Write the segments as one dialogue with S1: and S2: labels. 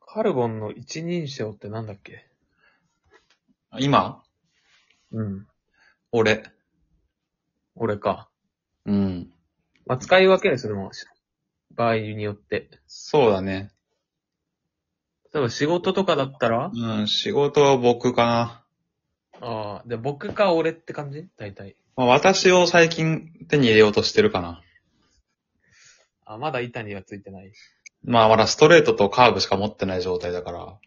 S1: カルボンの一人称ってなんだっけ
S2: 今
S1: うん。
S2: 俺。
S1: 俺か。
S2: うん。
S1: まあ、使い分けるそれも、し場合によって。
S2: そうだね。
S1: 例えば仕事とかだったら
S2: うん、仕事は僕かな。
S1: ああ、で、僕か俺って感じ大体。
S2: まあ、私を最近手に入れようとしてるかな。
S1: あ、まだ板にはついてない。
S2: まあ、まだストレートとカーブしか持ってない状態だから。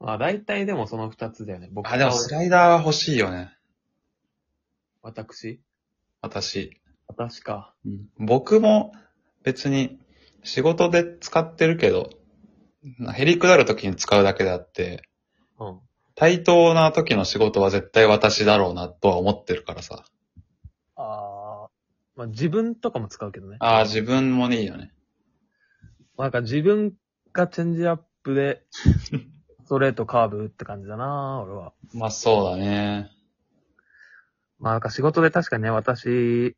S1: まあ、大体でもその二つだよね。僕か
S2: あ、でも
S1: 俺
S2: スライダーは欲しいよね。
S1: 私
S2: 私。
S1: 私か。
S2: 僕も別に仕事で使ってるけど、へりくだるときに使うだけであって、
S1: うん。
S2: 対等な時の仕事は絶対私だろうなとは思ってるからさ。
S1: ああ。まあ、自分とかも使うけどね。
S2: ああ、自分もね、いいよね。
S1: まあ、なんか自分がチェンジアップ で、ストレートカーブって感じだな、俺は。
S2: まあそうだね。
S1: まあ、なんか仕事で確かにね、私、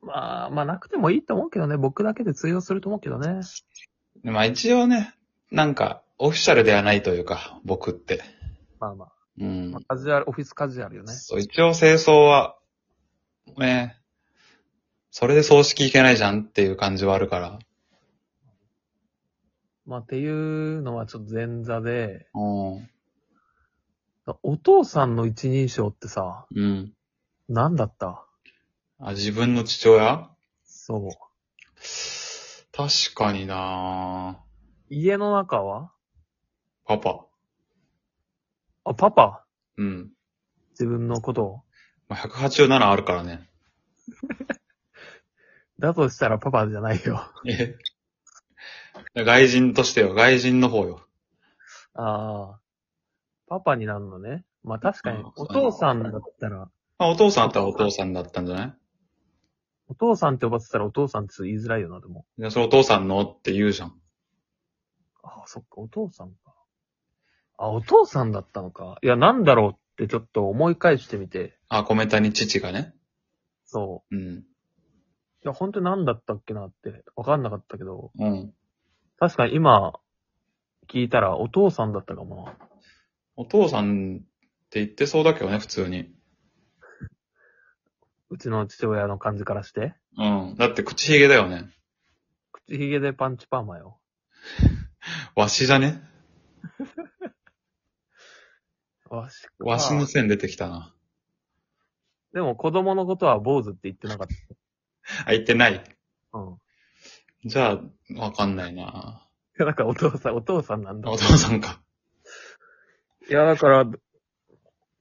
S1: まあ、まあ、なくてもいいと思うけどね、僕だけで通用すると思うけどね。
S2: まあ一応ね、なんか、オフィシャルではないというか、僕って。
S1: まあまあ、
S2: うん
S1: ま。あ、カジュアル、オフィスカジュアルよね。
S2: そう、一応清掃は、ね、それで葬式いけないじゃんっていう感じはあるから。
S1: まあ、っていうのはちょっと前座で、
S2: うん。
S1: お父さんの一人称ってさ、
S2: うん。
S1: 何だった
S2: あ、自分の父親
S1: そう。
S2: 確かにな
S1: 家の中は
S2: パパ。
S1: あ、パパ
S2: うん。
S1: 自分のことを。
S2: まあ、187あるからね。
S1: だとしたらパパじゃないよ。
S2: え外人としてよ、外人の方よ。
S1: ああ。パパになるのね。まあ確かに
S2: うん、
S1: お父さんだったら、
S2: まあ、お父さんだったらお父さんだったんじゃない
S1: お父さんって呼ばせたらお父さんって言いづらいよな、でも。
S2: いや、それお父さんのって言うじゃん。
S1: ああ、そっか、お父さんか。あ、お父さんだったのか。いや、なんだろうってちょっと思い返してみて。
S2: あ、米谷父がね。
S1: そ
S2: うん。
S1: う。いや、本当に何だったっけなって、わかんなかったけど、
S2: うん。
S1: 確かに今、聞いたらお父さんだったかもな。
S2: お父さんって言ってそうだけどね、普通に。
S1: うちの父親の感じからして。
S2: うん。だって口ひげだよね。
S1: 口ひげでパンチパーマよ。
S2: わしじゃね
S1: わしか。
S2: わしの線出てきたな。
S1: でも子供のことは坊主って言ってなかっ
S2: あ、言ってない。
S1: た。うん。い
S2: じゃあ、わかんないな。
S1: や、だからお父さん、お父さんなんだ
S2: お。父さんか。
S1: いや、だから、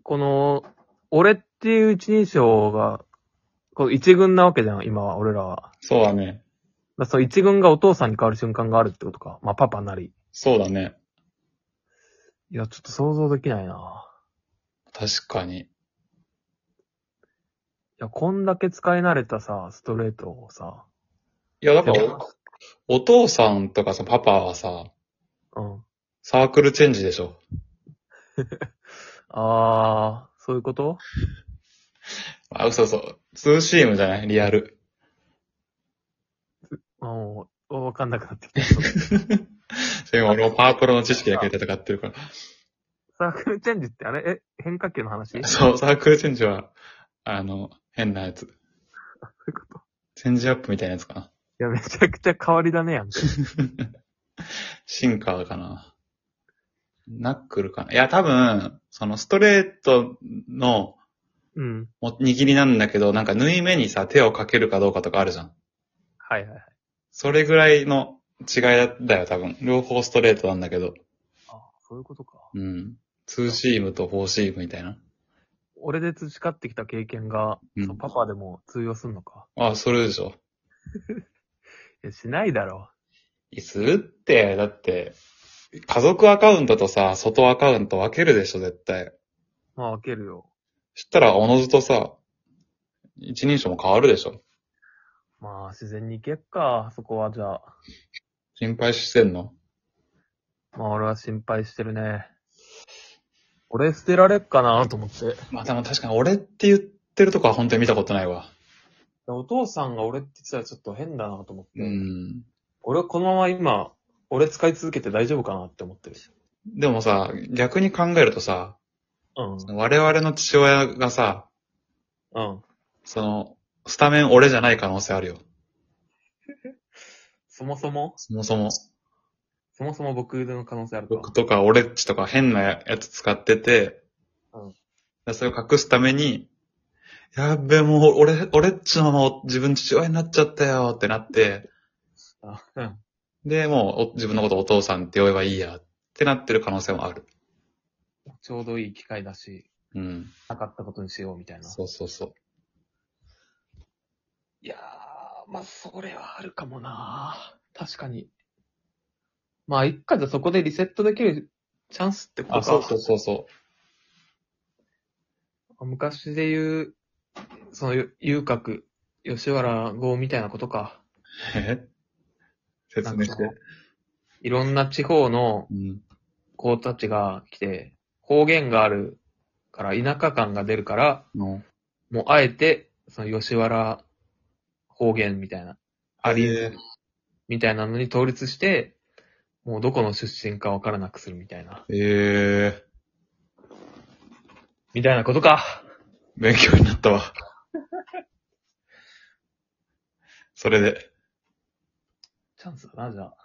S1: この、俺っていう一人称が、こう一軍なわけじゃん、今は、俺らは。だか
S2: そうだね。
S1: らその一軍がお父さんに変わる瞬間があるってことか。まあ、パパなり。
S2: そうだね。
S1: いや、ちょっと想像できないな。
S2: 確かに。
S1: いや、こんだけ使い慣れたさ、ストレートをさ。
S2: いや、だか
S1: い
S2: ら
S1: や
S2: お、お父さんとかさ、パパはさ、
S1: うん。
S2: サークルチェンジでしょ。
S1: あー、そういうこと
S2: あ、嘘嘘。ツーシームじゃないリ アル。
S1: もう、わかんなくなってきた。
S2: それ今俺もパワープロの知識だけで戦ってるから。
S1: サークルチェンジってあれえ、変化球の話
S2: そう、サークルチェンジは、あの、変なやつ。
S1: ういうこと
S2: チェンジアップみたいなやつかな。
S1: いや、めちゃくちゃ変わりだねやんけ。
S2: シンカーかな。ナックルかな。いや、多分、そのストレートの
S1: うん。
S2: も握りなんだけど、なんか縫い目にさ、手をかけるかどうかとかあるじゃん。
S1: はいはいはい。
S2: それぐらいの違いだよ、多分。両方ストレートなんだけど。
S1: あそういうことか。
S2: うん。ツーシームとフォーシームみたいな。
S1: 俺で培ってきた経験が、
S2: うん
S1: そのパパでも通用すんのか。
S2: あ、それでしょ。
S1: いや、しないだろ
S2: いするって、だって、家族アカウントとさ、外アカウント分けるでしょ、絶対。
S1: う。まあ、分けるよ。
S2: 知ったら、おのずとさ、一人称も変わるでしょ。
S1: まあ、自然にいけっか、そこはじゃあ。
S2: 心配してんの
S1: まあ、俺は心配してるね。俺捨てられっかなと思って。
S2: まあでも確かに俺って言ってるとこは本当に見たことないわ。
S1: お父さんが俺って言ってたらちょっと変だなと思って
S2: うん。
S1: 俺はこのまま今、俺使い続けて大丈夫かなって思ってる。
S2: でもさ、逆に考えるとさ、
S1: うん。
S2: 我々の父親がさ、
S1: うん。
S2: その、スタメン俺じゃない可能性あるよ。
S1: そもそも、
S2: そもそも。
S1: そもそも僕の可能性あるか。
S2: 僕とか俺っちとか変なやつ使ってて、
S1: うん
S2: でそれを隠すために、やっべ、もう俺、俺っちのまま自分父親になっちゃったよってなって、
S1: あうん
S2: で、もうお自分のことお父さんって呼べばいいやってなってる可能性もある。
S1: ちょうどいい機会だし、
S2: うん。
S1: なかったことにしようみたいな。
S2: そうそうそう。
S1: いやー、まあ、それはあるかもな確かに。まあ、一回じゃそこでリセットできるチャンスってことか。
S2: あ、そうそうそうそ
S1: 昔で言う、その、遊郭、吉原豪みたいなことか。
S2: う。え説明して。
S1: なんかいろんな地方の
S2: うん。
S1: 子たちが来て、方言があるから、田舎感が出るから、
S2: の。
S1: もうあえて、その吉原方言みたいな、
S2: あり
S1: えみたいなのに統率して、もうどこの出身かわからなくするみたいな。
S2: ええ
S1: みたいなことか。
S2: ー、勉強になった わ。それで。
S1: チャンスだな、じゃあ。